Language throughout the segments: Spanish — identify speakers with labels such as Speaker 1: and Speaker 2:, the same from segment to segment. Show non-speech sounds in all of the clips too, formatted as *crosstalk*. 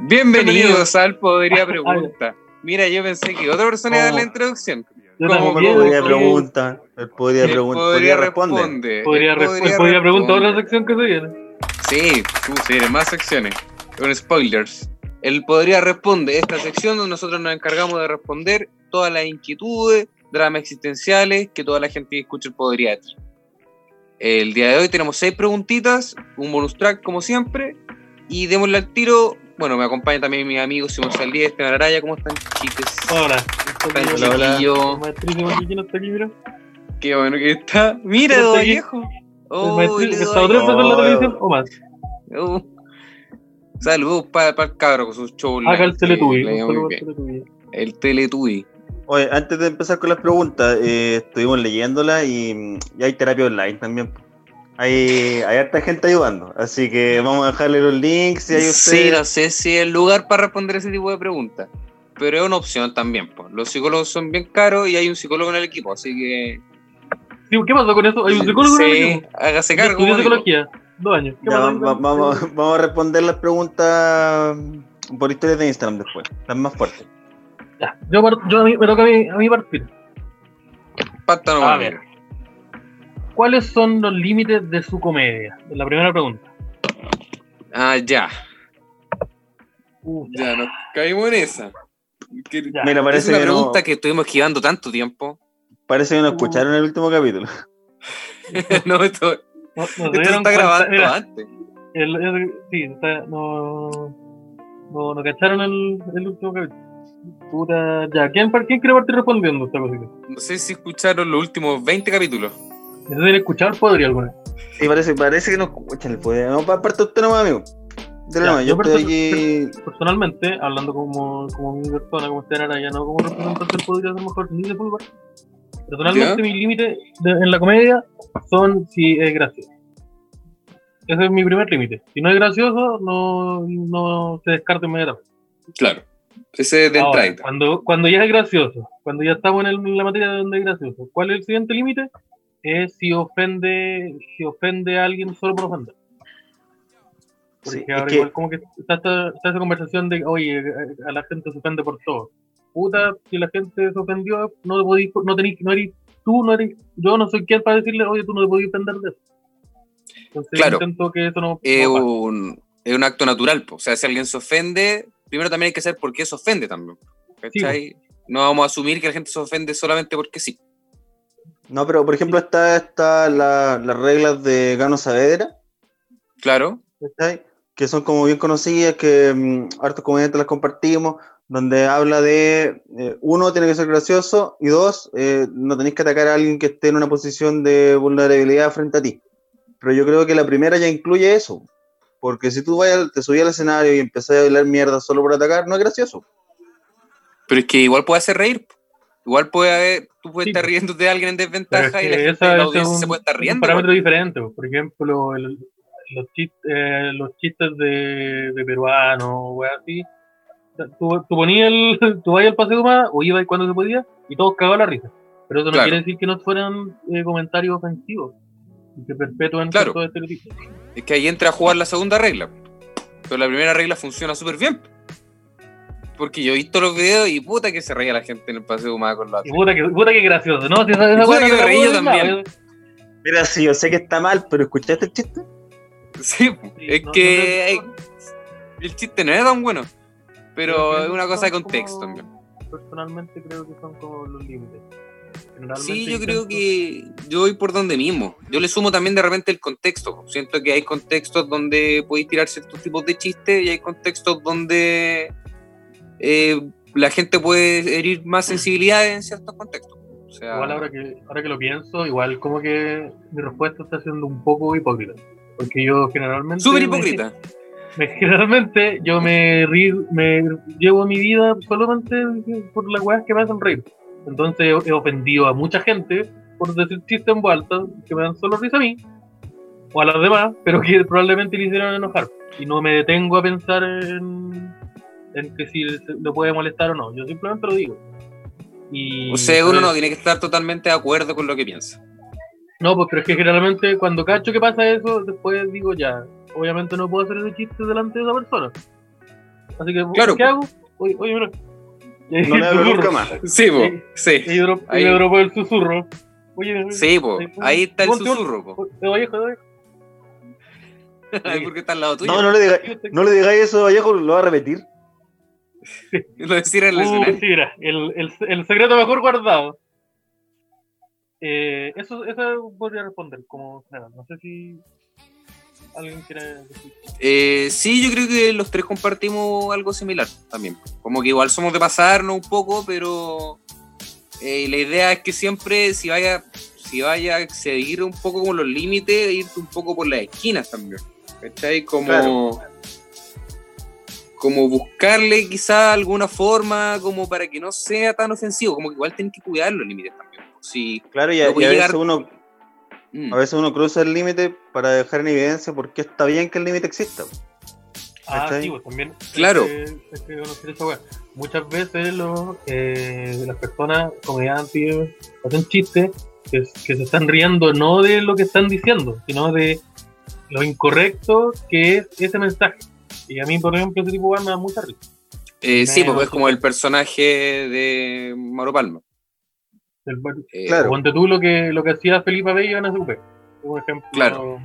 Speaker 1: Bienvenidos al Podría Pregunta. Mira, yo pensé que otra persona iba a dar la introducción.
Speaker 2: Yo
Speaker 1: Como que
Speaker 2: también, Bien,
Speaker 3: Oh. podría
Speaker 2: bien.
Speaker 3: preguntar, él podría
Speaker 1: él
Speaker 3: preguntar,
Speaker 1: podría
Speaker 3: podría responder.
Speaker 1: responder.
Speaker 2: Podría,
Speaker 1: Él
Speaker 2: res- podría preguntar la
Speaker 1: responder.
Speaker 2: sección que se viene.
Speaker 1: Sí, tú sí, eres más secciones. Con spoilers. Él podría responder. Esta sección donde nosotros nos encargamos de responder todas las inquietudes, dramas existenciales que toda la gente que escucha el podría tener. El día de hoy tenemos seis preguntitas, un bonus track como siempre, y démosle al tiro. Bueno, me acompaña también mi amigo Simón Saldíez, Esteban Araya. ¿Cómo están, chiques?
Speaker 2: Ahora.
Speaker 1: Tan
Speaker 2: Hola, hola.
Speaker 1: chiquillo.
Speaker 2: Maestrísimo Kiki no está aquí, mira.
Speaker 1: Qué bueno que está. Mira,
Speaker 2: Pero
Speaker 1: Edo
Speaker 2: está aquí.
Speaker 1: Vallejo.
Speaker 2: El
Speaker 1: Oh,
Speaker 2: maestrísimo que
Speaker 1: Edo
Speaker 2: está tres veces en la
Speaker 3: Oh.
Speaker 2: televisión o más.
Speaker 1: Vallejo. Oh. Saludos para el cabro con sus shows.
Speaker 2: Haga el
Speaker 1: online, que
Speaker 2: Teletubby.
Speaker 1: le
Speaker 2: Un
Speaker 1: dio muy
Speaker 2: saludo al
Speaker 1: bien.
Speaker 2: Teletubby.
Speaker 1: El Teletubi.
Speaker 3: Oye, antes de empezar con las preguntas, eh, estuvimos leyéndola y, mm, y hay terapia online también. Hay, hay harta gente ayudando, así que vamos a dejarle los links si hay
Speaker 1: Sí,
Speaker 3: ustedes.
Speaker 1: no sé si es el lugar para responder ese tipo de preguntas. Pero es una opción también. po. Los psicólogos son bien caros y hay un psicólogo en el equipo, así que.
Speaker 2: Sí, ¿Qué pasó con eso? Hay un psicólogo
Speaker 1: Sí,
Speaker 2: en el equipo.
Speaker 1: hágase
Speaker 2: Yo
Speaker 1: cargo.
Speaker 2: estudié
Speaker 1: amigo.
Speaker 2: psicología. Dos años. ¿Qué
Speaker 3: Ya,
Speaker 2: pasó
Speaker 3: va-
Speaker 2: con
Speaker 3: va-
Speaker 2: eso?
Speaker 3: vamos, vamos a responder las preguntas mm, por historias de Instagram después, las más fuertes.
Speaker 2: Ya, Yo, par- yo a mí, me toca a mí, a mí partir.
Speaker 1: Pacta nomás,
Speaker 2: A ver. ¿Cuáles son los límites de su comedia? Es La primera pregunta.
Speaker 1: Ah, ya.
Speaker 2: Uh,
Speaker 1: Ya, nos caímos en esa. Que-
Speaker 2: Ya.
Speaker 3: Mira,
Speaker 1: Es
Speaker 3: parece
Speaker 1: una
Speaker 3: que, no,
Speaker 1: pregunta que estuvimos esquivando tanto tiempo. *laughs*
Speaker 3: parece que no escucharon el último capítulo.
Speaker 1: no, esto, esto
Speaker 2: no- no se
Speaker 1: se
Speaker 2: dieron
Speaker 1: está
Speaker 2: cuenta-
Speaker 1: grabando
Speaker 2: mira,
Speaker 1: antes.
Speaker 2: El, el- sí, está- no, no, no cacharon el, el último capítulo. Puta, ya, ¿quién, par- quién quiere partir respondiendo esta cosita?
Speaker 1: No sé si escucharon los últimos 20 capítulos.
Speaker 2: Eso tiene escuchar podría alguna.
Speaker 3: Sí, parece, parece que no escuchan el poder. No, pa- parte usted nomás, amigo. Dele
Speaker 2: Ya,
Speaker 3: nomás,
Speaker 2: yo
Speaker 3: yo estoy
Speaker 2: parto-
Speaker 3: aquí.
Speaker 2: Personalmente, hablando como, como mi persona, como este ya no como representante del podría ser mejor ni de fútbol. Personalmente,
Speaker 1: Ya.
Speaker 2: mis límites de- en la comedia son si es gracioso. Ese es mi primer límite. Si no es gracioso, no, no se descarta inmediatamente.
Speaker 1: Claro. Ese es de
Speaker 2: Ahora,
Speaker 1: entrada.
Speaker 2: cuando, cuando ya es gracioso, cuando ya estamos en, el- en la materia donde es gracioso, ¿cuál es el siguiente límite? Es si ofende, si ofende a alguien solo por ofender. Porque
Speaker 3: Sí, es
Speaker 2: ahora
Speaker 3: que-
Speaker 2: igual como que está, esta- está esa conversación de, oye, a- a la gente se ofende por todo. Puta, si la gente se ofendió, no te podís, no tenís, no eres, tú no eres, yo no soy quien para decirle, oye, tú no te podís ofender de eso. Entonces
Speaker 1: Claro. Eh,
Speaker 2: intento que eso no,
Speaker 1: Es
Speaker 2: no pase.
Speaker 1: un, es un acto natural. po. O sea, si alguien se ofende, primero también hay que saber por qué se ofende también. ¿Cachai? No vamos a asumir que la gente se ofende solamente porque sí.
Speaker 3: No, pero por ejemplo, está, está la- las reglas de Gano Saavedra,
Speaker 1: Claro.
Speaker 3: ¿cachai? que son como bien conocidas, que mm, hartos comediantes las compartimos, donde habla de, eh, uno, tiene que ser gracioso, y dos, eh, no tenéis que atacar a alguien que esté en una posición de vulnerabilidad frente a ti. Pero yo creo que la primera ya incluye eso, porque si tú vayas, te subís al escenario y empezás a hablar mierda solo por atacar, no es gracioso.
Speaker 1: Pero es que igual puede hacer reír. po. Igual puede haber, tú puedes
Speaker 2: Sí,
Speaker 1: estar
Speaker 2: po.
Speaker 1: riéndote de alguien en
Speaker 2: Pero
Speaker 1: desventaja
Speaker 2: es
Speaker 1: y la
Speaker 2: que
Speaker 1: gente
Speaker 2: esa-
Speaker 1: de la
Speaker 2: ese
Speaker 1: audiencia
Speaker 2: es un-
Speaker 1: se puede estar
Speaker 2: es un
Speaker 1: riendo.
Speaker 2: parámetro diferente. po. Por ejemplo, el- los, chis- eh, los chistes de, de peruanos, o así. O sea, Tú, tú ponías el, *laughs* tú ibas al paseo más, o ibas cuando se podía, y todos cagaban la risa. Pero eso no
Speaker 1: Claro.
Speaker 2: quiere decir que no fueran eh, comentarios ofensivos. Y que perpetúen
Speaker 1: Claro.
Speaker 2: todo estereotipo.
Speaker 1: po. Es que ahí entra a jugar la segunda regla. Pero la primera regla funciona súper bien. Porque yo he visto los videos y puta que se reía la gente en el paseo humada con la
Speaker 2: Y puta que, puta que gracioso, ¿no? Si esa, esa
Speaker 1: Y puta
Speaker 2: weá no
Speaker 1: que
Speaker 2: se la
Speaker 1: me reí yo
Speaker 2: puedo decir,
Speaker 1: también.
Speaker 2: no,
Speaker 3: Mira, sí, yo sé que está mal, pero ¿escuchaste el chiste?
Speaker 1: *laughs* Sí, po.
Speaker 2: sí,
Speaker 1: es
Speaker 2: no- no
Speaker 1: que
Speaker 2: te-
Speaker 1: eh, el chiste no es tan bueno. Pero
Speaker 2: creo
Speaker 1: es
Speaker 2: que
Speaker 1: una
Speaker 2: son
Speaker 1: cosa de
Speaker 2: como-
Speaker 1: contexto también.
Speaker 2: Personalmente creo que son como los límites.
Speaker 1: Sí,
Speaker 2: Generalmente
Speaker 1: yo creo
Speaker 2: intento-
Speaker 1: que yo voy por donde mismo. Yo le sumo también de repente el contexto. Siento que hay contextos donde podéis tirar ciertos tipos de chistes y hay contextos donde eh, la gente puede herir más sensibilidades en ciertos contextos. O sea,
Speaker 2: Igual ahora que, ahora que lo pienso, igual como que mi respuesta está siendo un poco hipócrita. Porque yo generalmente...
Speaker 1: súper
Speaker 2: me-
Speaker 1: hipócrita.
Speaker 2: me- *laughs* generalmente yo me, ri- me llevo mi vida solamente por las weas que me hacen reír. Entonces he ofendido a mucha gente por decir chistes en voz alta que me dan solo risa a mí. o a las demás, pero que probablemente le hicieron enojar. Y no me detengo a pensar en, en que si lo puede molestar o no. Yo simplemente lo digo. Y,
Speaker 1: O sea, uno no tiene que estar totalmente de acuerdo con lo que piensa.
Speaker 2: No, pues pero es que generalmente cuando cacho que pasa eso, después digo ya, obviamente no puedo hacer ese chiste delante de esa persona. Así que,
Speaker 1: Claro, pues.
Speaker 2: ¿qué hago? Oye, oye, bro. Y ahí
Speaker 3: No
Speaker 2: *laughs*
Speaker 3: le hablo
Speaker 2: susurro.
Speaker 3: nunca más.
Speaker 1: Sí, po, sí.
Speaker 2: Y ahí dro-
Speaker 1: Ahí.
Speaker 2: y le dropo el susurro. Oye,
Speaker 1: Sí, po. Ahí está el
Speaker 2: Ponte un-
Speaker 1: susurro, po.
Speaker 2: De Vallejo,
Speaker 1: *laughs*
Speaker 2: de Vallejo.
Speaker 1: Ahí *laughs* porque está al lado tuyo.
Speaker 3: No, no le digáis no le digáis eso, viejo, lo va a repetir.
Speaker 1: *laughs* Lo decir en el
Speaker 2: Uh,
Speaker 1: escenario.
Speaker 2: sí, mira, el, el, el secreto mejor guardado. Eh, eso, eso podría responder como general. No sé si alguien quiere decir.
Speaker 1: Eh, sí, yo creo que los tres compartimos algo similar también. Como que igual somos de pasarnos un poco, pero eh, la idea es que siempre si vaya, si vaya a excedir un poco como los límites, irte un poco por las esquinas también. ¿Cachai? Como,
Speaker 3: Claro.
Speaker 1: como buscarle quizá alguna forma como para que no sea tan ofensivo, como que igual tienen que cuidar los límites también. Sí.
Speaker 3: Claro, y a,
Speaker 1: No voy
Speaker 3: y
Speaker 1: a
Speaker 3: a veces
Speaker 1: llegar-
Speaker 3: uno,
Speaker 1: Mm.
Speaker 3: a veces uno cruza el límite para dejar en evidencia por qué está bien que el límite exista.
Speaker 2: Ah,
Speaker 3: ¿Cachai?
Speaker 2: sí, pues también.
Speaker 1: Claro.
Speaker 3: este,
Speaker 2: es que- es que conocer este, esa weá. Muchas veces los, eh, las personas comediantes hacen chistes que, que se están riendo no de lo que están diciendo, sino de lo incorrecto que es ese mensaje. Y a mí, por ejemplo, ese tipo de weá me da mucha risa.
Speaker 1: Eh, sí,
Speaker 2: Menos.
Speaker 1: porque es como el personaje de Mauro Palma.
Speaker 2: El-
Speaker 1: Eh,
Speaker 3: Claro.
Speaker 2: Ponte tú lo que, lo que hacía Felipe Abello en SUP. Por ejemplo,
Speaker 1: Claro.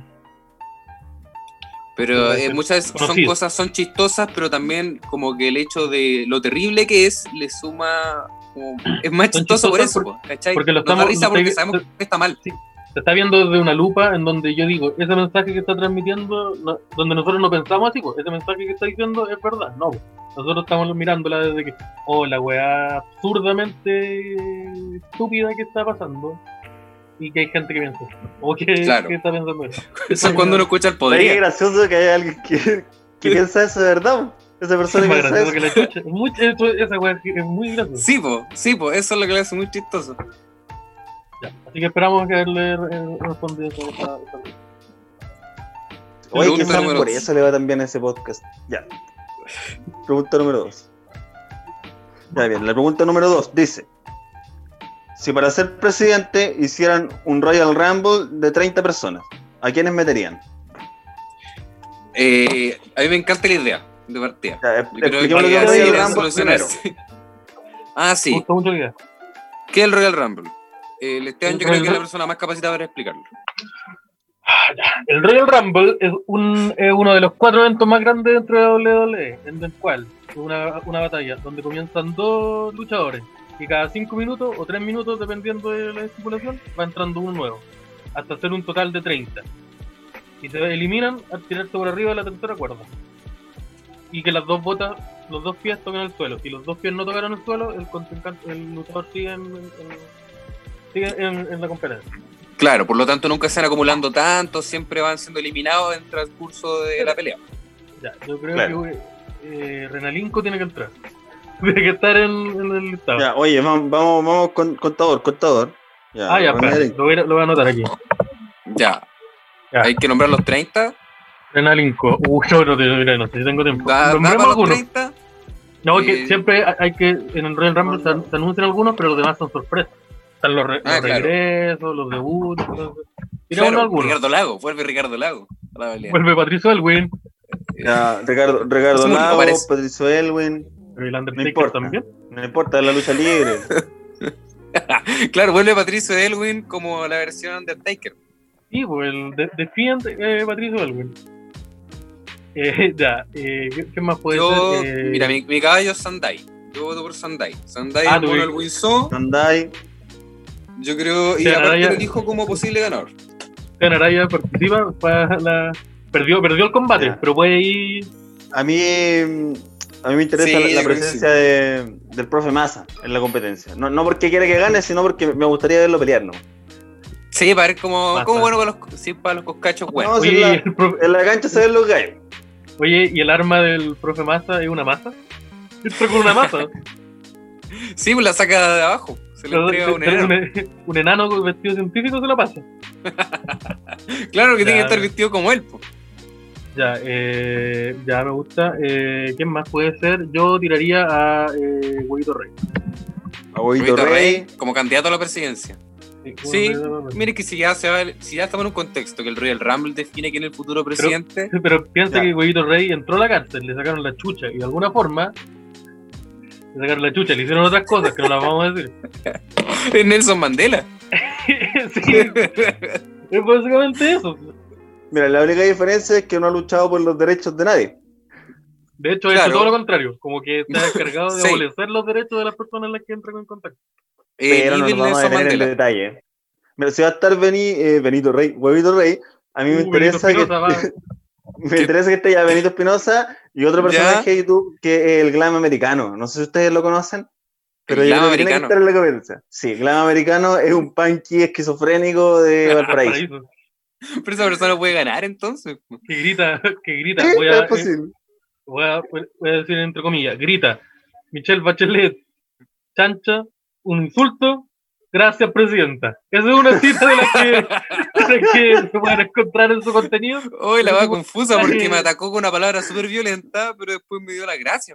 Speaker 1: Pero
Speaker 2: Sí,
Speaker 1: eh,
Speaker 2: sí.
Speaker 1: muchas veces son
Speaker 2: Conocido.
Speaker 1: cosas, son chistosas, pero también como que el hecho de lo terrible que es le suma... como- es más
Speaker 2: Son
Speaker 1: chistoso por
Speaker 2: chistosas
Speaker 1: eso, po, ¿cachai?
Speaker 2: porque lo
Speaker 1: Nos da
Speaker 2: estamos-
Speaker 1: risa
Speaker 2: lo
Speaker 1: porque
Speaker 2: estoy-
Speaker 1: sabemos que está mal.
Speaker 2: se está viendo desde una lupa en donde yo digo, ese mensaje que está transmitiendo, no- donde nosotros no pensamos así, pues, ese mensaje que está diciendo es verdad, no. pues. Nosotros estamos mirándola desde que, oh, la weá absurdamente estúpida que está pasando y que hay gente que piensa, eso, o que,
Speaker 1: Claro.
Speaker 2: que está pensando eso.
Speaker 1: Eso es cuando uno escucha el
Speaker 3: Oye, qué
Speaker 1: poder.
Speaker 3: gracioso que haya alguien que, que piensa eso de verdad. Esa
Speaker 1: *laughs*
Speaker 3: persona
Speaker 2: Es
Speaker 3: que
Speaker 2: más
Speaker 3: piensa
Speaker 2: gracioso
Speaker 3: eso.
Speaker 2: que la chucha. Es mucho- eso- esa weá es muy graciosa.
Speaker 1: Sí, po, sí, po, eso es lo que le hace muy chistoso.
Speaker 2: Ya, Así que esperamos que haberle eh, respondido esa- esa- esa
Speaker 3: Oye,
Speaker 1: Pregunta
Speaker 3: quizás
Speaker 1: número
Speaker 3: por
Speaker 1: dos.
Speaker 3: eso le va tan bien a ese podcast. Ya. Pregunta número dos. Ya bien, la pregunta número dos dice: Si para ser presidente hicieran un Royal Rumble de 30 personas, ¿a quiénes meterían?
Speaker 1: Eh, a mí me encanta la idea de partida.
Speaker 3: Ya,
Speaker 1: Yo creo que
Speaker 3: expliquemos lo que es
Speaker 1: así
Speaker 3: Royal
Speaker 1: la
Speaker 3: Rumble
Speaker 1: solución
Speaker 3: primero.
Speaker 1: es- *laughs* Ah,
Speaker 2: Me
Speaker 1: sí.
Speaker 2: gustó mucho la idea.
Speaker 1: ¿Qué es el Royal Rumble? El Esteban
Speaker 2: El
Speaker 1: yo creo
Speaker 2: Royal
Speaker 1: que es la
Speaker 2: Rumble.
Speaker 1: persona más capacitada para explicarlo.
Speaker 2: El Royal Rumble es, un, es uno de los cuatro eventos más grandes dentro de WWE, E, en el cual es una, una batalla donde comienzan dos luchadores y cada cinco minutos o tres minutos, dependiendo de la estipulación, va entrando uno nuevo, hasta hacer un total de 30. Y se eliminan al tirarse por arriba de la tercera cuerda. Y que las dos botas, los dos pies toquen el suelo. Si los dos pies no tocaron el suelo, el, contrincante- el luchador sigue en, en- sigue en- en la competencia.
Speaker 1: Claro, por lo tanto nunca se van acumulando tanto, siempre van siendo eliminados en transcurso de la pelea.
Speaker 2: Ya, yo creo
Speaker 3: Claro.
Speaker 2: que eh, Renalinco tiene que entrar. *laughs* Tiene que estar en, en el listado.
Speaker 3: Ya, oye, vamos, vamos, vamos con contador, contador. Ya,
Speaker 2: ah, ya,
Speaker 3: vamos a
Speaker 2: espera,
Speaker 3: ver.
Speaker 2: lo, voy a, lo voy a anotar aquí.
Speaker 1: Ya.
Speaker 2: Ya.
Speaker 1: Hay que nombrar los 30.
Speaker 2: Renalinco. Uy, *laughs* no, no, no, mira, no sé si tengo tiempo.
Speaker 1: Da, da
Speaker 2: Nombremos
Speaker 1: para los
Speaker 2: algunos.
Speaker 1: 30.
Speaker 2: No,
Speaker 1: Eh,
Speaker 2: que siempre hay- hay que. En el Royal Rumble se, se anuncian algunos, pero los demás son sorpresas. Están los, re-
Speaker 1: Ah,
Speaker 2: los
Speaker 1: claro.
Speaker 2: regresos, los debuts. entonces, Tira
Speaker 1: Claro,
Speaker 2: uno alguno.
Speaker 1: Ricardo Lago, vuelve Ricardo Lago. a la pelea.
Speaker 2: Vuelve Patricio Elwin.
Speaker 3: Ya, Ricardo, Ricardo
Speaker 1: Es único,
Speaker 3: Lago,
Speaker 1: parece.
Speaker 3: Patricio Elwin.
Speaker 2: El Undertaker
Speaker 3: importa.
Speaker 2: también.
Speaker 3: No importa, es la lucha libre.
Speaker 1: Claro, vuelve Patricio Elwin como la versión de Undertaker.
Speaker 2: Sí, pues el de, The Fiend, eh, Patricio Elwin. Eh, *laughs* ya, eh, ¿qué, qué más puede
Speaker 1: Yo,
Speaker 2: ser? Eh,
Speaker 1: mira, mi, mi caballo es Sandai. Yo voto por Sandai. Sandai
Speaker 2: Ah,
Speaker 1: es
Speaker 2: tú
Speaker 1: bueno
Speaker 2: vi-
Speaker 1: el Winsor.
Speaker 3: Andai.
Speaker 1: Yo creo, y
Speaker 2: Sí,
Speaker 1: aparte
Speaker 2: Araya-
Speaker 1: lo dijo como posible ganador.
Speaker 2: Esteban Araya participa para la... Perdió, perdió el combate,
Speaker 3: Ya.
Speaker 2: pero puede ir...
Speaker 3: A mí, mm, a mí me interesa
Speaker 1: Sí,
Speaker 3: la-
Speaker 1: yo
Speaker 3: la
Speaker 1: creo que
Speaker 3: presencia de- del profe Massa en la competencia. No, no porque quiera que gane, sino porque me gustaría verlo pelear. ¿no?
Speaker 1: Sí, para ver como,
Speaker 2: Basta.
Speaker 1: como bueno para los, sí, para los coscachos, bueno.
Speaker 3: No, si
Speaker 2: Oye,
Speaker 3: en, la,
Speaker 2: y el profe-
Speaker 3: en la cancha se ven los gallos.
Speaker 2: oye, ¿y el arma del profe Massa es una masa? *laughs* Entra con una masa. *laughs*
Speaker 1: Sí, pues la saca de abajo. Se le entrega
Speaker 2: Pero-
Speaker 1: a un
Speaker 2: *laughs* pero
Speaker 1: enano.
Speaker 2: un- un enano con vestido científico se la pasa.
Speaker 1: Claro que tiene que
Speaker 2: Claro.
Speaker 1: estar vestido como él, pues. po.
Speaker 2: Ya, eh, ya me gusta. Eh, ¿Quién más puede ser? Yo tiraría a eh, Huevito Rey.
Speaker 3: Abuelito
Speaker 1: Benito
Speaker 3: Rey.
Speaker 1: Rey, como candidato a la presidencia. Sí,
Speaker 2: bueno,
Speaker 1: Mire que si ya, se va, si ya estamos en un contexto que el Royal Rumble define quién es el futuro presidente,
Speaker 2: *laughs* Pero piensa
Speaker 3: Ya.
Speaker 2: que Huevito Rey entró a la cárcel, le sacaron la chucha y de alguna forma le sacaron la chucha, le hicieron otras cosas que no las vamos a decir. *laughs*
Speaker 1: es Nelson
Speaker 3: *laughs*
Speaker 1: Mandela.
Speaker 2: sí, es básicamente eso.
Speaker 3: Mira, la única diferencia es que no ha luchado por los derechos de nadie.
Speaker 2: De hecho, ha
Speaker 1: Claro.
Speaker 2: hecho todo lo contrario, como que está
Speaker 1: *laughs*
Speaker 2: encargado de
Speaker 1: Sí.
Speaker 2: abolecer los derechos de las personas en las que entran en contacto.
Speaker 1: Eh,
Speaker 3: pero no
Speaker 1: nivel
Speaker 3: nos vamos
Speaker 1: Nelson
Speaker 3: a detener en
Speaker 1: Mandela.
Speaker 3: el detalle. Mira, si va a estar Beni- eh, Benito Rey, Huevito Rey, a mí me
Speaker 2: Uh,
Speaker 3: interesa
Speaker 2: Benito
Speaker 3: que, *laughs*
Speaker 2: Espinosa, va.
Speaker 3: me interesa que esté ya Benito Espinosa y otro
Speaker 1: Ya.
Speaker 3: personaje de YouTube que es el glam americano. No sé si ustedes lo conocen. Pero
Speaker 1: El
Speaker 3: yo
Speaker 1: glam
Speaker 3: creo que tiene que
Speaker 1: americano.
Speaker 3: estar en la cabeza. Sí, el glam americano es un punky esquizofrénico de Valparaíso.
Speaker 2: Paraíso.
Speaker 1: Pero esa persona puede ganar entonces. po.
Speaker 2: Que grita, *laughs* que grita.
Speaker 3: Sí,
Speaker 2: Voy a, eh,
Speaker 3: es posible.
Speaker 2: voy a, voy a decir entre comillas, grita, Michelle Bachelet, chancha, un insulto, gracias presidenta. Esa es una cita de la que, de la que se pueden encontrar en su contenido.
Speaker 1: Hoy la va confusa porque
Speaker 3: eh.
Speaker 2: Sí.
Speaker 1: me atacó con una palabra súper violenta, pero después me dio la gracia.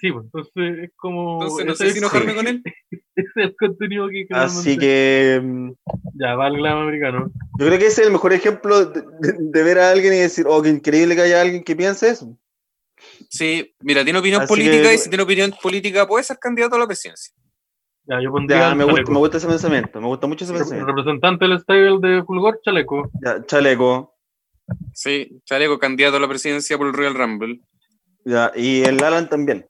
Speaker 2: Sí, pues, entonces es
Speaker 3: Oh,
Speaker 2: como...
Speaker 1: Entonces no
Speaker 2: ese
Speaker 1: sé si
Speaker 2: es-
Speaker 1: enojarme con él.
Speaker 2: *laughs* ese es el contenido que...
Speaker 3: Así
Speaker 2: generalmente-
Speaker 3: que mm,
Speaker 2: Ya, va el glam americano.
Speaker 3: yo creo que ese es el mejor ejemplo de, de- de ver a alguien y decir, oh, qué increíble que haya alguien que piense eso.
Speaker 1: Sí, mira, tiene opinión
Speaker 3: Así
Speaker 1: política
Speaker 3: que-
Speaker 1: y si tiene opinión política puede ser candidato a la presidencia.
Speaker 2: Ya, yo pondría...
Speaker 3: Ya,
Speaker 2: al
Speaker 3: me gusta,
Speaker 2: chaleco.
Speaker 3: me gusta ese pensamiento, me gusta mucho ese
Speaker 2: Re-
Speaker 3: pensamiento.
Speaker 2: Representante del stable de Fulgor, chaleco.
Speaker 3: Ya, chaleco.
Speaker 1: Sí, Chaleco, candidato a la presidencia por el Royal Rumble.
Speaker 3: Ya, y el Alan también.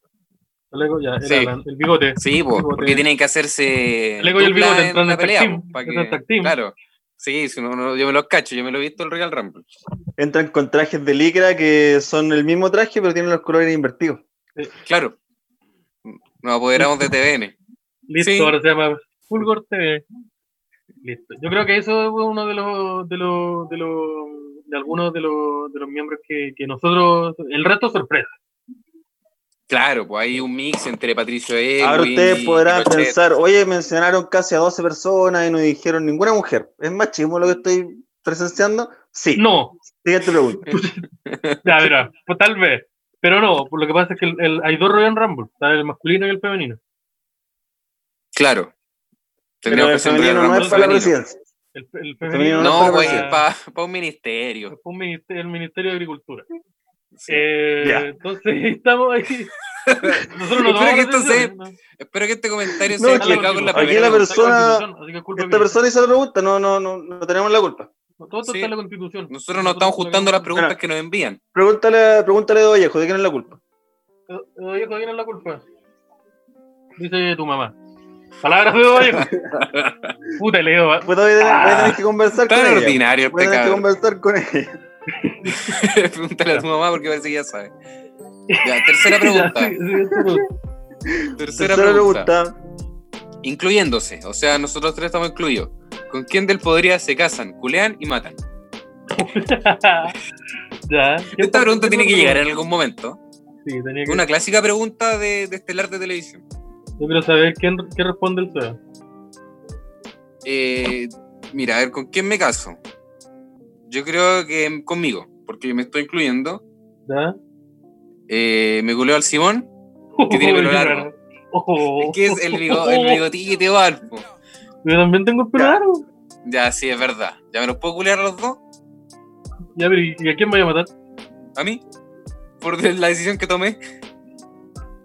Speaker 2: Chaleco, ya, el,
Speaker 1: Sí.
Speaker 2: Alan, el bigote.
Speaker 1: Sí, po,
Speaker 2: Bigote.
Speaker 1: porque tienen que hacerse
Speaker 2: Chaleco y el
Speaker 1: dupla
Speaker 2: bigote, entran en
Speaker 1: la
Speaker 2: tag
Speaker 1: pelea.
Speaker 2: team,
Speaker 1: po, pa'
Speaker 2: entran en
Speaker 1: que-
Speaker 2: tag team.
Speaker 1: Claro. Sí, si no, no, yo me los cacho, yo me lo he visto el Royal Rumble.
Speaker 3: Entran con trajes de licra que son el mismo traje, pero tienen los colores invertidos.
Speaker 1: Claro. Nos apoderamos de TVN.
Speaker 2: Listo,
Speaker 1: Sí.
Speaker 2: ahora se llama Fulgor TV. Listo. Yo creo que eso fue uno de los de los de los de algunos de los de los miembros que, que nosotros el resto sorpresa.
Speaker 1: Claro, pues hay un mix entre Patricio Elwin
Speaker 3: Ahora ustedes
Speaker 1: y
Speaker 3: podrán
Speaker 1: Pinochet.
Speaker 3: pensar, oye, mencionaron casi a 12 personas y no dijeron ninguna mujer. ¿Es machismo lo que estoy presenciando? Sí.
Speaker 2: No,
Speaker 3: Siguiente pregunta.
Speaker 2: ya verá, pues, tal vez, pero no, pues, lo que pasa es que el- el- hay dos Royal Rumble, está el masculino y el femenino.
Speaker 1: Claro.
Speaker 3: Pero
Speaker 1: Tendríamos
Speaker 3: el
Speaker 1: que ser un Royal
Speaker 3: femenino no
Speaker 1: Rumble
Speaker 3: es para la
Speaker 1: femenino.
Speaker 3: presidencia.
Speaker 2: El, el
Speaker 3: femenino
Speaker 2: femenino
Speaker 3: no
Speaker 1: No,
Speaker 3: es para
Speaker 1: güey,
Speaker 3: la
Speaker 1: es para un ministerio.
Speaker 2: un ministerio, el Ministerio de Agricultura.
Speaker 1: Sí.
Speaker 2: Eh,
Speaker 3: Ya.
Speaker 2: Entonces *laughs* estamos
Speaker 1: *laughs*
Speaker 2: ahí. Nosotros
Speaker 1: Espero
Speaker 2: no tomamos
Speaker 1: que esto
Speaker 2: decisiones, ¿no?
Speaker 1: Espero que este comentario
Speaker 3: No,
Speaker 1: sea
Speaker 3: aquí-
Speaker 1: explicado con la
Speaker 3: aquí
Speaker 1: primera
Speaker 3: la
Speaker 1: pregunta.
Speaker 3: persona-
Speaker 2: Así que culpa
Speaker 3: Esta
Speaker 2: mía.
Speaker 3: persona hizo la pregunta, no, no, no, no tenemos la culpa.
Speaker 2: Todo esto
Speaker 1: Sí.
Speaker 2: está en la constitución.
Speaker 1: Nosotros no estamos ajustando las preguntas que nos envían.
Speaker 3: Pregúntale, pregúntale a Vallejo, ¿de quién es la culpa?
Speaker 2: Eh, Oye, ¿quién es la culpa? Dice tu mamá. Palabras de
Speaker 1: *laughs*
Speaker 2: Vallejo. Puta, le digo.
Speaker 3: Pues voy a tener, voy a tener
Speaker 1: Ah,
Speaker 3: que conversar con
Speaker 1: Tan
Speaker 3: ella.
Speaker 1: ordinario este
Speaker 3: Voy a tener que
Speaker 1: cabrón.
Speaker 3: conversar con ella.
Speaker 1: *laughs* Pregúntale a tu mamá porque parece que ya sabe. *laughs* Ya, tercera pregunta.
Speaker 2: Ya, *laughs* sí, sí, es
Speaker 1: *laughs*
Speaker 2: tu-
Speaker 1: Tercera
Speaker 3: Tercera
Speaker 1: pregunta.
Speaker 3: pregunta.
Speaker 1: Incluyéndose, o sea, nosotros tres estamos incluidos. ¿Con quién del podría se casan, culean y matan?
Speaker 2: ya.
Speaker 1: Esta pregunta tiene que llegar en algún momento.
Speaker 2: Sí, tenía que.
Speaker 1: Una clásica pregunta de, de estelar de televisión.
Speaker 2: Yo quiero saber quién, qué responde el CEO.
Speaker 1: Eh, mira, a ver, ¿con quién me caso? Yo creo que conmigo, porque me estoy incluyendo.
Speaker 2: ¿Ya?
Speaker 1: Eh, me culeo al Simón, Que
Speaker 2: *laughs*
Speaker 1: tiene pelo largo.
Speaker 2: Oh.
Speaker 1: es que es el, bigo- el bigotito alpo.
Speaker 2: Yo también tengo pelo
Speaker 3: Ya.
Speaker 2: largo.
Speaker 1: Ya, sí, es verdad. ¿Ya me los puedo culear a los dos?
Speaker 2: Ya, pero ¿y y a quién me voy a matar?
Speaker 1: ¿A mí? ¿Por la decisión que tomé?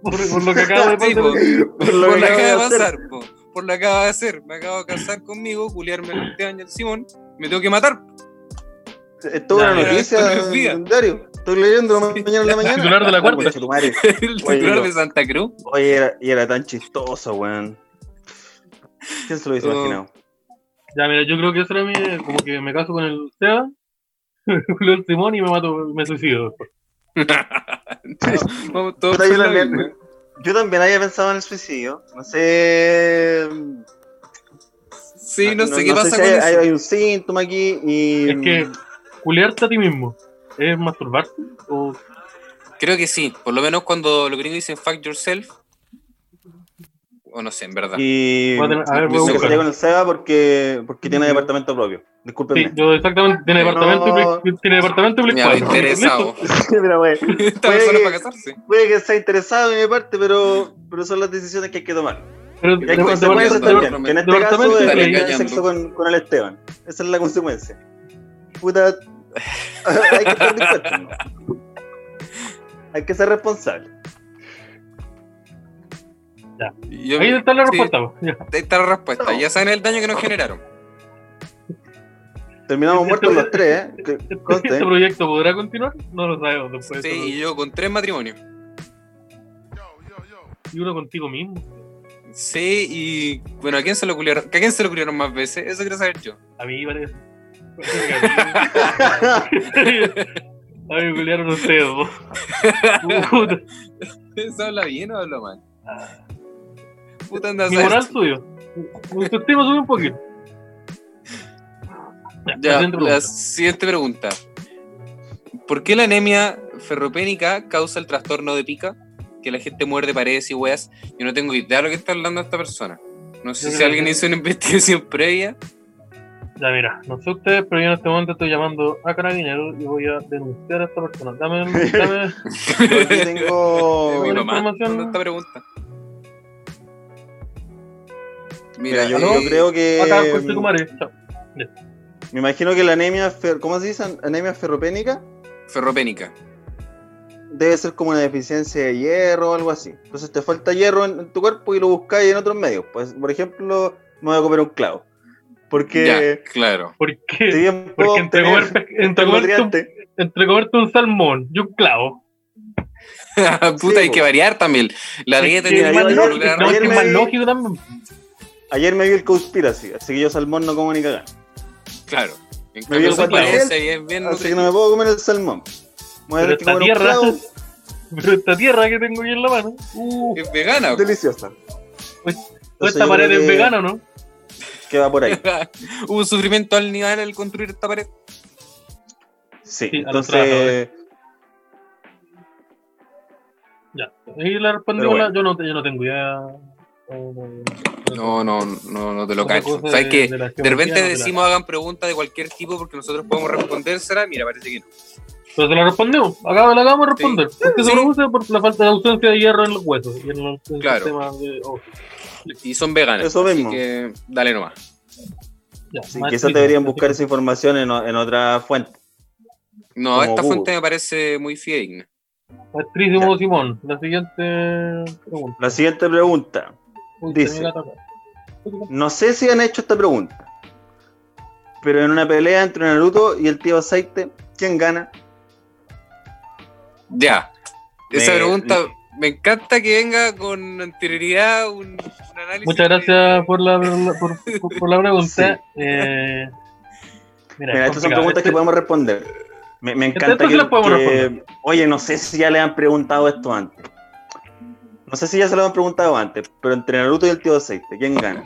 Speaker 2: Por, por lo que acabo de
Speaker 1: *laughs* Sí, po.
Speaker 2: pasar.
Speaker 3: Por
Speaker 1: Por lo que
Speaker 3: acabo de
Speaker 1: acaba de
Speaker 3: hacer.
Speaker 1: pasar, po. por lo que acaba de hacer. Me acabo de casar conmigo, culiarme este año el Simón. Me tengo que matar. *laughs*
Speaker 3: Esto es Eh, una
Speaker 1: pero *laughs* esto
Speaker 2: Ya,
Speaker 3: noticia
Speaker 1: no es vida.
Speaker 3: en diario. Estoy leyendo mañana en la mañana.
Speaker 2: Titular de la
Speaker 3: Ah,
Speaker 2: cuarta.
Speaker 3: concha tu madre.
Speaker 1: El
Speaker 3: Oye,
Speaker 1: titular
Speaker 3: yo-
Speaker 1: de Santa Cruz.
Speaker 3: Oye, era, y era tan chistoso, weón. ¿Quién se lo hubiese
Speaker 1: Oh.
Speaker 3: imaginado?
Speaker 2: Ya, mira, yo creo que eso era mi. Como que me caso con el Seba, *laughs* con el Simón y me mato, me suicido. después.
Speaker 1: No, vamos todos
Speaker 3: Puta, Yo
Speaker 1: por la misma.
Speaker 3: también, yo también había pensado en el suicidio. No sé.
Speaker 1: Sí, no, sé qué pasa
Speaker 3: si
Speaker 1: con
Speaker 3: hay,
Speaker 1: eso.
Speaker 3: hay- hay un síntoma aquí y.
Speaker 2: Es que- Culearte a ti mismo. ¿Es masturbarte? ¿O
Speaker 1: Creo que sí. Por lo menos cuando los gringos dicen fuck yourself. O no sé, en verdad.
Speaker 3: Y.
Speaker 2: voy a tener- a ver,
Speaker 3: Me
Speaker 2: voy a
Speaker 1: Seguro.
Speaker 2: buscar.
Speaker 3: gustaría con el Seba porque, porque tiene
Speaker 2: Ya.
Speaker 3: departamento propio. Discúlpenme.
Speaker 2: Sí, yo exactamente. Tiene
Speaker 3: No.
Speaker 2: departamento y Play- tiene departamento y Play
Speaker 1: Ya,
Speaker 2: 4.
Speaker 1: interesado.
Speaker 2: *laughs*
Speaker 3: Pero,
Speaker 1: *laughs*
Speaker 3: güey,
Speaker 1: Esta persona
Speaker 3: Oye,
Speaker 1: para casarse.
Speaker 3: puede que sea interesado de mi parte, pero, pero son las decisiones que hay que tomar.
Speaker 2: Pero
Speaker 3: Y hay
Speaker 1: Departamento-
Speaker 3: consecuencias
Speaker 1: departamento-
Speaker 3: también. que en este
Speaker 2: departamento
Speaker 3: caso es
Speaker 2: están
Speaker 3: tener
Speaker 1: engañando.
Speaker 3: sexo con, con el Esteban. Esa es la consecuencia. Puta. *laughs* hay que estar dispuesto. ¿no? Hay que ser responsable.
Speaker 1: Yo-
Speaker 2: ahí está la
Speaker 1: sí,
Speaker 2: respuesta. po. Ya. *laughs*
Speaker 1: ahí está la respuesta.
Speaker 3: No.
Speaker 1: Ya saben el daño que nos generaron.
Speaker 3: Terminamos
Speaker 2: Este-
Speaker 3: muertos los tres, ¿eh? Que
Speaker 2: Este,
Speaker 3: conste.
Speaker 2: este proyecto podrá continuar? No lo sabemos después.
Speaker 1: Sí,
Speaker 2: de eso.
Speaker 1: y yo con tres matrimonios.
Speaker 2: Y uno contigo mismo.
Speaker 1: Sí, y bueno, ¿a quién se lo culiaron? ¿Que ¿A quién se lo culiaron más veces? Eso quiero saber yo. *laughs*
Speaker 2: A mí parece. *laughs* A mí me culiaron ustedes. po. Puta.
Speaker 1: ¿Se habla bien o habla mal? Puta anda a
Speaker 2: Ah. Mi
Speaker 1: saber.
Speaker 2: moral suyo. Autoestima sube un poquito.
Speaker 1: Ya,
Speaker 2: siguiente pregunta.
Speaker 1: la siguiente pregunta. ¿Por qué la anemia ferropénica causa el trastorno de pica? Que la gente muerde paredes y weas. Yo no tengo idea de lo que está hablando esta persona. No sé
Speaker 2: Yo
Speaker 1: si
Speaker 2: creo
Speaker 1: alguien
Speaker 2: que-
Speaker 1: hizo una investigación *laughs* previa.
Speaker 2: Ya mira, no sé ustedes, pero yo en este momento estoy llamando a Carabineros y voy a denunciar a esta persona. Dame,
Speaker 3: *laughs*
Speaker 2: dame
Speaker 3: Yo aquí
Speaker 1: *laughs*
Speaker 3: tengo.
Speaker 1: Mi
Speaker 2: la
Speaker 1: mamá.
Speaker 2: información-
Speaker 1: mandó esta pregunta.
Speaker 3: Mira,
Speaker 1: Mira,
Speaker 3: yo,
Speaker 1: eh,
Speaker 3: yo creo
Speaker 2: acá con Ah, tu
Speaker 3: que.
Speaker 2: madre. Chao.
Speaker 3: Me imagino que la anemia. fer- ¿Cómo se dice? Anemia ferropénica.
Speaker 1: ferropénica.
Speaker 3: Debe ser como una deficiencia de hierro o algo así. Entonces te falta hierro en, en tu cuerpo y lo buscáis en otros medios. Pues, por ejemplo, me voy a comer un clavo. Porque.
Speaker 1: Ya, claro.
Speaker 2: ¿Por qué?
Speaker 3: Si bien puedo
Speaker 2: Porque entre,
Speaker 3: obtener
Speaker 2: comer, pe-
Speaker 3: estos
Speaker 2: entre, comerte un,
Speaker 3: nutrientes,
Speaker 2: entre comerte un salmón y un clavo.
Speaker 1: *laughs* Puta, hay
Speaker 3: po.
Speaker 1: que variar también. La dieta
Speaker 2: que
Speaker 1: tiene que
Speaker 2: es más
Speaker 3: ayer-
Speaker 2: lógico,
Speaker 1: regular.
Speaker 2: no,
Speaker 3: ayer
Speaker 2: es que es más
Speaker 3: me-
Speaker 2: lógico también.
Speaker 3: Ayer me vi el Conspiracy, así que yo salmón no como ni cagar.
Speaker 1: Claro. En
Speaker 3: vi
Speaker 1: cambio,
Speaker 3: el
Speaker 1: su
Speaker 3: guante
Speaker 1: apariencia
Speaker 3: de
Speaker 1: ahí es bien
Speaker 3: Así que
Speaker 1: nutritiva.
Speaker 3: no me puedo comer el salmón. Me Voy a
Speaker 2: Pero
Speaker 3: tener que
Speaker 2: esta
Speaker 3: comer un
Speaker 2: tierra,
Speaker 3: clavo
Speaker 2: *laughs* pero esta tierra que tengo aquí en la mano, uh,
Speaker 1: Es vegana. *laughs* po.
Speaker 3: deliciosa.
Speaker 2: Pues, toda
Speaker 3: Entonces
Speaker 2: esta
Speaker 3: yo
Speaker 2: pared
Speaker 3: creo
Speaker 2: es
Speaker 3: que-
Speaker 2: vegana, ¿no?
Speaker 3: Que va por ahí.
Speaker 1: Hubo un sufrimiento al nivel al construir esta pared.
Speaker 3: Sí,
Speaker 2: Sí, a los
Speaker 3: entonces.
Speaker 2: Ya. Y la respondió
Speaker 3: Pero bueno.
Speaker 2: una, yo no, te- yo no tengo idea. eh, de-
Speaker 1: No, no, no, no te lo
Speaker 2: una
Speaker 1: cacho.
Speaker 2: cosa
Speaker 1: ¿Sabes que
Speaker 2: la
Speaker 1: De repente
Speaker 2: geografía, no te la-
Speaker 1: decimos hagan preguntas de cualquier tipo porque nosotros podemos respondérsela. Mira, parece que no.
Speaker 2: Pero se la respondemos, acá la acabamos de
Speaker 1: Sí.
Speaker 2: responder. Porque
Speaker 1: Sí.
Speaker 2: se produce por la falta de ausencia de hierro en los huesos y en el en el
Speaker 1: Claro.
Speaker 2: sistema de oh,
Speaker 1: Y son veganas.
Speaker 3: Eso mismo.
Speaker 1: Así que dale nomás.
Speaker 2: ya,
Speaker 3: Sí,
Speaker 2: más
Speaker 3: quizás
Speaker 2: explícito.
Speaker 3: deberían buscar esa información en, o- en otra fuente.
Speaker 1: No,
Speaker 3: Como
Speaker 1: esta
Speaker 3: Google.
Speaker 1: fuente me parece muy fidedigna.
Speaker 2: Actriz de Modo Simón, la siguiente pregunta.
Speaker 3: La siguiente pregunta.
Speaker 2: Uy,
Speaker 3: Dice.
Speaker 2: tenía que atacar.
Speaker 3: No sé si han hecho esta pregunta, pero en una pelea entre Naruto y el tío Aceite, ¿quién gana?
Speaker 1: Ya. Esa
Speaker 3: Me-
Speaker 1: pregunta me encanta que venga con anterioridad un, un análisis.
Speaker 2: Muchas gracias por la, por, por- por la pregunta.
Speaker 3: Sí.
Speaker 2: Eh, mira,
Speaker 3: *laughs* Mira,
Speaker 2: es
Speaker 3: estas son
Speaker 2: complicado.
Speaker 3: preguntas
Speaker 2: Este-
Speaker 3: que podemos responder. Me, me
Speaker 2: Estas
Speaker 3: encanta
Speaker 2: sí
Speaker 3: que,
Speaker 2: las podemos
Speaker 3: que-
Speaker 2: responder.
Speaker 3: Oye, no sé si ya le han preguntado esto antes. No sé si ya se lo han preguntado antes, pero entre Naruto y el tío Aceite, ¿quién gana?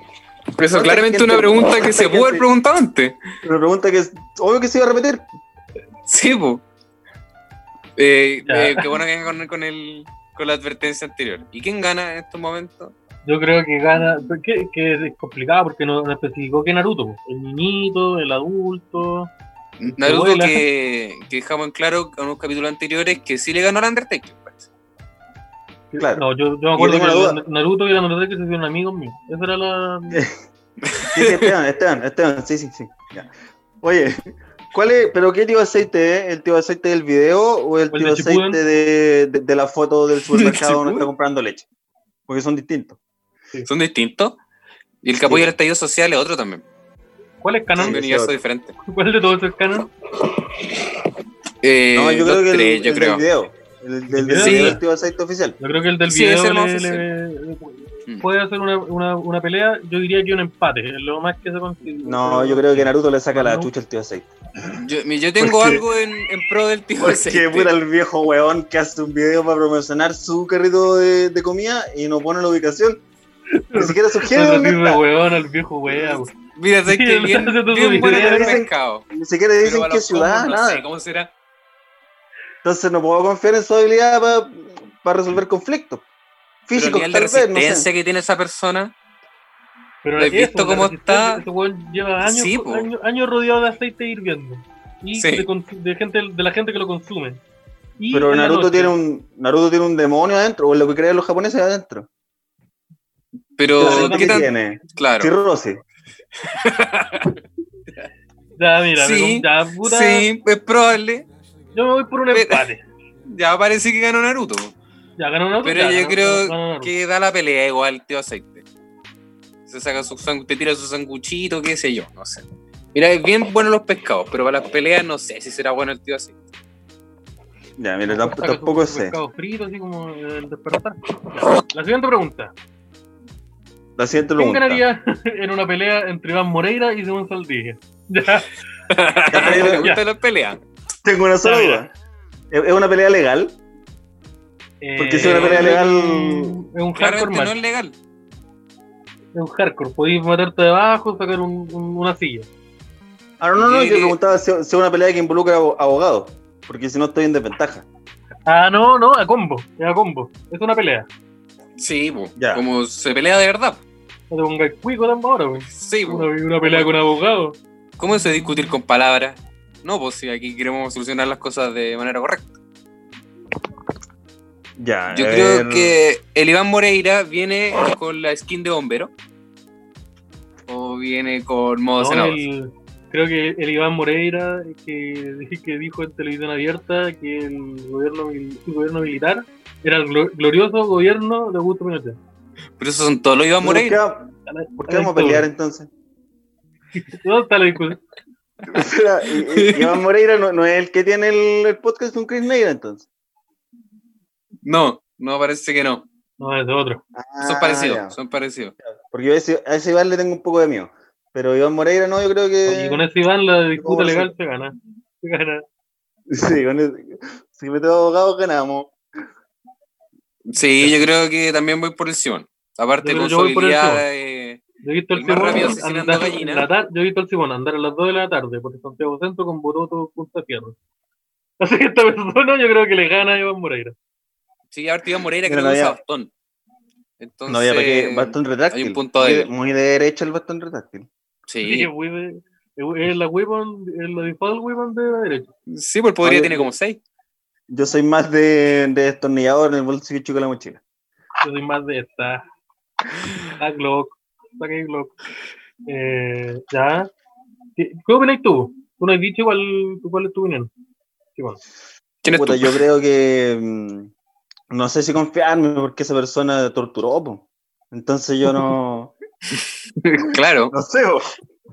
Speaker 1: Eso es claramente
Speaker 3: este
Speaker 1: una pregunta que se pudo haber preguntado antes.
Speaker 3: Una pregunta que es obvio que se iba a repetir.
Speaker 1: Sí, po. Eh,
Speaker 2: Ya.
Speaker 1: eh, qué bueno que venga con, con el, con la advertencia anterior. ¿Y quién gana en estos momentos?
Speaker 2: Yo creo que gana, que, que es complicado porque no, no especificó que Naruto, pues. el niñito, el adulto.
Speaker 1: Naruto
Speaker 2: Vuela.
Speaker 1: que, que dejamos en claro en unos capítulos anteriores que sí le ganó al Undertaker. parece.
Speaker 3: Claro.
Speaker 2: No, yo, yo me acuerdo
Speaker 3: tengo
Speaker 2: que
Speaker 3: una duda.
Speaker 2: Na- Naruto y la Naruto que se hicieron amigos míos. Esa era la.
Speaker 3: Sí, sí, Esteban, Esteban, Esteban, sí, sí, sí. ya. Oye, ¿cuál es, pero qué tío aceite es? ¿El tío aceite del video o el,
Speaker 2: ¿O el
Speaker 3: tío
Speaker 2: de Shippuden?
Speaker 3: aceite de, de- de la
Speaker 2: *laughs*
Speaker 3: foto del supermercado donde
Speaker 1: Shippuden?
Speaker 3: está comprando leche? Porque son distintos.
Speaker 1: Son distintos. Y el que apoya el estallido social es otro también.
Speaker 2: ¿Cuál es
Speaker 1: Son
Speaker 2: canon?
Speaker 1: de
Speaker 3: Sí.
Speaker 1: universo
Speaker 3: otro.
Speaker 1: diferente.
Speaker 2: *laughs* ¿Cuál de todos es canon?
Speaker 1: Eh, dos, tres, yo
Speaker 3: el
Speaker 1: creo.
Speaker 3: del video. El del, del
Speaker 1: Sí.
Speaker 3: video del tío aceite oficial.
Speaker 2: Yo creo que el del
Speaker 1: Sí,
Speaker 2: video
Speaker 1: ese lo
Speaker 2: le,
Speaker 1: vamos a
Speaker 2: le- le-
Speaker 1: Mm.
Speaker 2: puede hacer una, una, una pelea. Yo diría que un empate, es lo más que se consigue.
Speaker 3: No, yo creo que Naruto le saca la chucha al tío aceite.
Speaker 1: Yo, mi- yo tengo
Speaker 3: Porque-
Speaker 1: algo en, en pro del tío
Speaker 3: *laughs* Porque
Speaker 1: aceite.
Speaker 3: puta el viejo weón que hace un video para promocionar su carrito de, de comida y no pone la ubicación. Ni
Speaker 1: *laughs*
Speaker 3: siquiera sugiere
Speaker 2: No,
Speaker 3: dónde está.
Speaker 2: weón, al viejo weón.
Speaker 1: Mira, sé
Speaker 2: Sí,
Speaker 1: que
Speaker 2: el
Speaker 1: bien,
Speaker 2: hace todo
Speaker 1: bien
Speaker 2: su
Speaker 1: bueno
Speaker 3: video.
Speaker 1: el
Speaker 3: Dicen-
Speaker 1: mercado.
Speaker 3: Ni siquiera dicen qué ciudad,
Speaker 1: no
Speaker 3: nada.
Speaker 1: sé cómo será.
Speaker 3: Entonces no puedo confiar en su habilidad para resolver conflictos.
Speaker 1: Pero el
Speaker 3: Físicos,
Speaker 1: nivel de
Speaker 3: tal vez, no
Speaker 1: resistencia
Speaker 3: sé.
Speaker 1: que tiene esa persona.
Speaker 2: Pero
Speaker 1: ¿Lo has
Speaker 2: eso,
Speaker 1: visto cómo
Speaker 2: la resistencia,
Speaker 1: está?
Speaker 2: Este weón lleva años,
Speaker 1: Sí, po.
Speaker 2: años, años rodeado de aceite hirviendo. Y
Speaker 1: Sí.
Speaker 2: de, cons- de gente, de la gente que lo consume. Y
Speaker 3: Pero
Speaker 2: en la
Speaker 3: Naruto
Speaker 2: noche-
Speaker 3: tiene, un, Naruto tiene un demonio adentro, o lo que creen los japoneses adentro.
Speaker 1: Pero,
Speaker 2: Claro,
Speaker 1: ¿qué
Speaker 3: ¿Qué
Speaker 1: tan
Speaker 3: tiene?
Speaker 1: claro?
Speaker 3: Cirrosis.
Speaker 2: Ya, mira,
Speaker 1: Sí,
Speaker 2: pero ya, puta,
Speaker 1: Sí, es probable.
Speaker 2: yo me voy por un
Speaker 1: Pero-
Speaker 2: empate.
Speaker 1: Ya parece que ganó Naruto.
Speaker 2: Ya ganó Naruto.
Speaker 1: Pero
Speaker 2: ya,
Speaker 1: yo
Speaker 2: ganó-
Speaker 1: creo
Speaker 2: ganó Naruto.
Speaker 1: Que da la pelea igual, tío aceite. Se saca su san- te tira su sanguchito, qué sé yo, no sé. Mira, es bien bueno los pescados, pero para las peleas no sé si será bueno el tío aceite.
Speaker 3: Ya, mira, tamp-
Speaker 2: Saca su-
Speaker 3: tampoco
Speaker 2: su
Speaker 3: sé.
Speaker 2: pescado frito, así como eh, el despertar. Ya, La siguiente pregunta.
Speaker 3: La siguiente
Speaker 2: ¿Quién
Speaker 3: pregunta.
Speaker 2: ganaría *laughs* en una pelea entre Iván Moreira y Simón Saldivia? *laughs* Ya,
Speaker 3: Ah,
Speaker 1: *laughs* ¿Te gustan las peleas?
Speaker 3: Tengo una sola
Speaker 1: Ah,
Speaker 2: Ya,
Speaker 3: duda. ¿Es es una pelea legal? Porque si
Speaker 1: una pelea
Speaker 3: legal-
Speaker 2: eh, Es un hardcore
Speaker 1: Claramente
Speaker 2: match.
Speaker 1: no es legal.
Speaker 2: Es un hardcore. Podéis matarte debajo, sacar un, un- una silla.
Speaker 3: Ah, no, no, no,
Speaker 1: Sí,
Speaker 3: yo
Speaker 1: sí.
Speaker 3: preguntaba si si es una pelea que involucra abo- abogados, porque si no estoy en desventaja.
Speaker 2: Ah, no, no, a combo. Es a combo. Es una pelea.
Speaker 1: Sí, po,
Speaker 3: Ya.
Speaker 1: como se pelea de verdad.
Speaker 2: No te pongas cuico tampoco ahora, güey.
Speaker 1: Sí, po.
Speaker 2: Una, una pelea con abogado.
Speaker 1: ¿Cómo eso de discutir con palabras? No, pues si aquí queremos solucionar las cosas de manera correcta.
Speaker 3: Ya.
Speaker 1: Yo
Speaker 3: eh,
Speaker 1: creo que el Iván Moreira viene con la skin de bombero. O viene con modo
Speaker 2: No,
Speaker 1: senador.
Speaker 2: el- creo que el Iván Moreira, que, que dijo en televisión abierta que el gobierno, mil- el gobierno militar era el glo- glorioso gobierno de Augusto Pinochet.
Speaker 1: Pero esos son todos los Iván
Speaker 3: ¿Por qué,
Speaker 1: Moreira.
Speaker 3: va- por qué vamos a pelear entonces?
Speaker 2: ¿Dónde está la discusión?
Speaker 3: *laughs* Espera,
Speaker 1: *laughs*
Speaker 3: y- y- Iván Moreira no, no es el que tiene el, el podcast con Chris Neira entonces.
Speaker 1: No, no parece que no.
Speaker 2: No, es otro.
Speaker 1: Son
Speaker 3: Ah,
Speaker 1: parecidos,
Speaker 3: ya.
Speaker 1: son parecidos.
Speaker 3: Porque yo a ese, a ese Iván le tengo un poco de miedo. Pero Iván Moreira no, yo creo
Speaker 2: Y
Speaker 3: que.
Speaker 2: con ese Iván la disputa
Speaker 3: ¿Cómo se-
Speaker 2: legal se gana. Se gana.
Speaker 3: *laughs* Sí, con ese- si metemos abogados ganamos.
Speaker 1: Sí, yo creo que también voy por el Simón. Aparte
Speaker 2: Yo
Speaker 1: con
Speaker 2: creo que
Speaker 1: su
Speaker 2: voy por el
Speaker 1: habilidad,
Speaker 2: Simón.
Speaker 1: eh,
Speaker 2: Yo he visto al
Speaker 1: El más
Speaker 2: Simón
Speaker 1: rápido asesinando
Speaker 2: andar
Speaker 1: gallinas.
Speaker 2: en la tar- yo he visto al Simón andar a las 2 de la tarde por Santiago Centro con Bototo Punta Fierro. *laughs* Así que esta persona yo creo que le gana a Iván Moreira.
Speaker 1: sí, aparte Iván Moreira
Speaker 3: Mira,
Speaker 1: creo que
Speaker 3: no
Speaker 1: usa
Speaker 3: había-
Speaker 1: bastón. Entonces,
Speaker 3: no había para qué. Bastón retráctil.
Speaker 1: hay un punto
Speaker 3: Muy de-
Speaker 1: débil.
Speaker 3: Muy de derecha el bastón retráctil.
Speaker 1: sí,
Speaker 2: Es muy de- es la weapon, es la default weapon de la derecha.
Speaker 1: sí, pues podría
Speaker 3: Oye,
Speaker 1: tiene como seis.
Speaker 3: Yo soy más de, de destornillador en el bolsillo chico de la mochila.
Speaker 2: Yo soy más de esta. La Glock. Saque Glock. Eh, ya. ¿Qué, qué opináis tú? Tú no has dicho cuál, cuál es tu opinión. Simón.
Speaker 1: ¿Quién es
Speaker 3: Puta,
Speaker 1: tú?
Speaker 3: yo creo que mm, no sé si confiarme porque esa persona torturó, po. entonces
Speaker 1: *laughs*
Speaker 3: yo no,
Speaker 1: *laughs*
Speaker 3: *laughs*
Speaker 1: claro,
Speaker 3: no sé, po.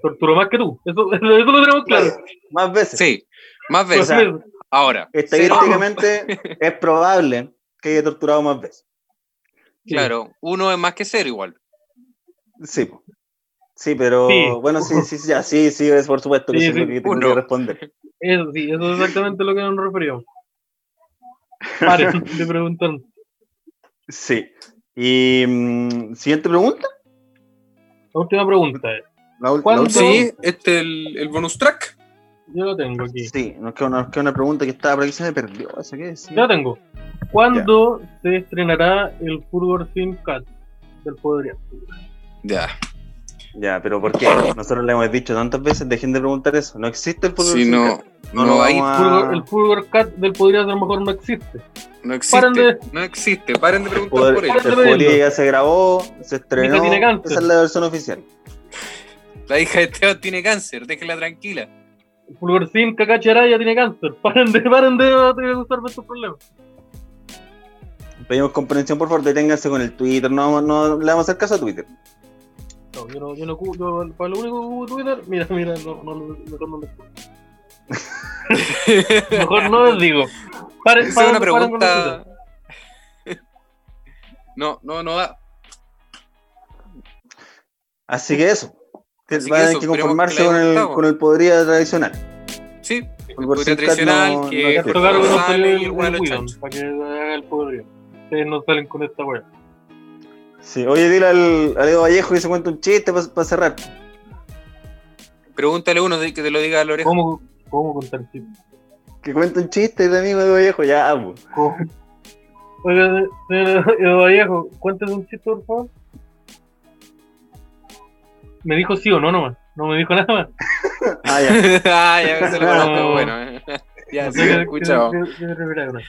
Speaker 2: Torturó más que tú. Eso, *laughs* eso, eso lo tenemos claro.
Speaker 3: más veces.
Speaker 1: sí, más
Speaker 2: Pero
Speaker 1: veces.
Speaker 3: sea,
Speaker 2: sí,
Speaker 1: Ahora,
Speaker 3: Estadísticamente
Speaker 1: *laughs*
Speaker 3: es probable que haya torturado más veces.
Speaker 2: sí.
Speaker 1: claro, uno es más que cero igual.
Speaker 3: Sí, po. sí, pero
Speaker 2: Sí.
Speaker 3: bueno, sí, sí, sí, ya, sí, sí, es por supuesto que
Speaker 2: Sí,
Speaker 3: sí, es
Speaker 2: sí.
Speaker 3: lo que tengo
Speaker 1: Uno.
Speaker 3: que responder.
Speaker 2: Eso sí, eso es exactamente lo que nos referíamos. Paren de preguntar.
Speaker 3: Sí. Y mm, siguiente pregunta.
Speaker 2: La última pregunta es,
Speaker 3: La ul- la
Speaker 2: ¿Cuándo-
Speaker 3: última.
Speaker 1: Sí, este el, el bonus track.
Speaker 2: yo lo tengo aquí.
Speaker 3: Sí, nos queda, una, nos queda una pregunta que estaba por ahí, se me perdió. ¿Eso qué es? Sí.
Speaker 2: Yo la tengo. ¿Cuándo se estrenará el Furgor Sim Cat del Poder?
Speaker 1: Ya,
Speaker 3: Ya, pero ¿por qué? Nosotros le hemos dicho tantas veces, dejen de preguntar eso. No existe el fútbol
Speaker 1: si
Speaker 3: sin
Speaker 1: no,
Speaker 3: cat.
Speaker 1: no,
Speaker 3: lo
Speaker 1: hay,
Speaker 3: vamos
Speaker 2: Fulgor-
Speaker 3: a-
Speaker 2: el Fulgor Cat del Podría a lo mejor no existe.
Speaker 1: no
Speaker 2: Paren de-
Speaker 1: existe, no existe. Paren de preguntar
Speaker 3: Poder-
Speaker 1: por
Speaker 3: el
Speaker 1: él.
Speaker 2: Paren de
Speaker 3: Poder
Speaker 2: verlo.
Speaker 3: ya se grabó, se estrenó.
Speaker 2: tiene cáncer.
Speaker 3: Esa es la versión oficial.
Speaker 1: La hija de Teo tiene cáncer, déjela tranquila. *laughs*
Speaker 2: El Fulgor Sim Cacacharaya tiene cáncer. Paren de, paren de acusarme de estos problemas.
Speaker 3: Pedimos comprensión, por favor, deténganse con el Twitter. No, no le vamos a hacer caso a Twitter.
Speaker 2: No, yo no, yo no, cu- yo, para lo único que ocupo Twitter, mira, mira, no, no, no, mejor no les digo. Mejor no les digo. Paren,
Speaker 1: Esa es una
Speaker 2: paren- paren con los Twitter.
Speaker 1: pregunta. No, no, no da.
Speaker 3: Así que eso. Que
Speaker 1: Así que
Speaker 3: Van a tener
Speaker 1: eso,
Speaker 3: que
Speaker 1: esperemos
Speaker 3: conformarse
Speaker 1: que le haya
Speaker 3: con, el,
Speaker 1: gustado.
Speaker 3: con el podría tradicional.
Speaker 1: Sí,
Speaker 3: El
Speaker 1: Podría
Speaker 3: Sin Cat
Speaker 1: tradicional,
Speaker 3: no- no
Speaker 1: que-
Speaker 2: Ya
Speaker 3: existe.
Speaker 1: Pero
Speaker 2: tocaron
Speaker 1: no
Speaker 2: los
Speaker 1: sale
Speaker 2: salidos
Speaker 1: el
Speaker 2: del
Speaker 1: huevo de
Speaker 2: Whedon,
Speaker 1: chancho.
Speaker 2: para que haga el podrido. Ustedes no salen con esta wea.
Speaker 3: Sí, oye, dile al, al Edo Vallejo que se cuenta un chiste para cerrar.
Speaker 1: pregúntale a uno de- que te lo diga a la *laughs* oreja.
Speaker 2: ¿Cómo, cómo contar chistes?
Speaker 3: Que cuente un chiste, el amigo Edo Vallejo. Ya, ah, amo.
Speaker 2: ¿Cómo? *laughs* Oiga, señor Edo Vallejo, cuéntenos un chiste, por favor. me dijo sí o no nomás. No me dijo *laughs* nada más.
Speaker 3: Ah, ya.
Speaker 1: ah, ya se lo
Speaker 2: No.
Speaker 1: conozco, bueno. *laughs* eh. ya, sí,
Speaker 2: Yo creo-
Speaker 1: escuchado.
Speaker 2: creo- creo- creo- creo- creo.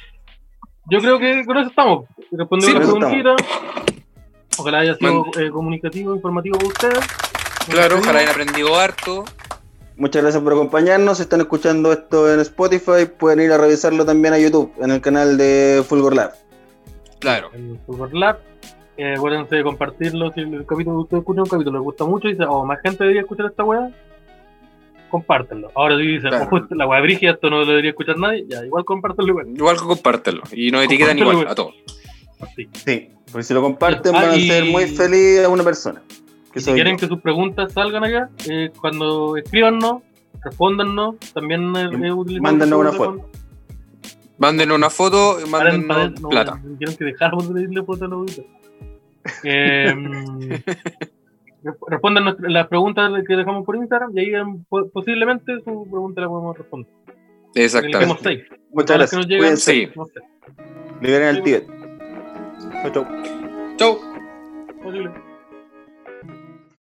Speaker 2: Yo creo que con eso estamos.
Speaker 1: Sí,
Speaker 2: Respondiendo
Speaker 1: pues,
Speaker 2: la
Speaker 3: con eso
Speaker 2: preguntita. Ojalá haya sido eh, comunicativo, informativo para ustedes. Nos
Speaker 1: Claro, ojalá hayan
Speaker 2: despedimos.
Speaker 1: aprendido harto.
Speaker 3: Muchas gracias por acompañarnos. Si están escuchando esto en Spotify, pueden ir a revisarlo también a YouTube, en el canal de Fulgor Lab.
Speaker 1: Claro.
Speaker 2: En Super Lab. Eh, acuérdense de compartirlo. Si el capítulo usted escucha un capítulo, les gusta mucho y dice, oh, más gente debería escuchar esta weá, compártanlo. Ahora si dicen,
Speaker 1: Claro.
Speaker 2: "Ojo, esta- la weá brígida, esto no lo debería escuchar nadie, ya, igual compártanlo igual.
Speaker 1: Igual que compártelo. Y nos etiquetan
Speaker 2: Compártelo,
Speaker 1: igual
Speaker 2: güey.
Speaker 1: a todos.
Speaker 2: Sí.
Speaker 3: Sí. Porque si lo comparten,
Speaker 2: Ah,
Speaker 3: van a
Speaker 2: y-
Speaker 3: ser muy feliz a una persona. que
Speaker 2: Y si
Speaker 3: soy
Speaker 2: quieren
Speaker 3: yo.
Speaker 2: que sus preguntas salgan acá, eh, cuando escríbanos, respóndanos, también eh,
Speaker 3: Y
Speaker 2: eh, utilicen
Speaker 3: mándanos
Speaker 2: el
Speaker 3: una foto.
Speaker 2: con-
Speaker 1: Mándenos una foto,
Speaker 2: para- para-
Speaker 1: mándenos
Speaker 2: no,
Speaker 1: plata.
Speaker 2: no, Tienen que dejarnos de pedirle foto a la audiencia. Eh,
Speaker 1: *laughs*
Speaker 2: resp- respondan nuestra- las preguntas que dejamos por Instagram y ahí em, po- posiblemente su pregunta la podemos responder. Elegimos
Speaker 1: Exactamente.
Speaker 2: seis.
Speaker 3: Muchas
Speaker 2: para los que
Speaker 3: gracias.
Speaker 2: nos llegan,
Speaker 3: Cuídense.
Speaker 1: Sí.
Speaker 2: No sé.
Speaker 3: Liberen al Tíbet. Chau, chau.
Speaker 1: Chau.
Speaker 2: Posible.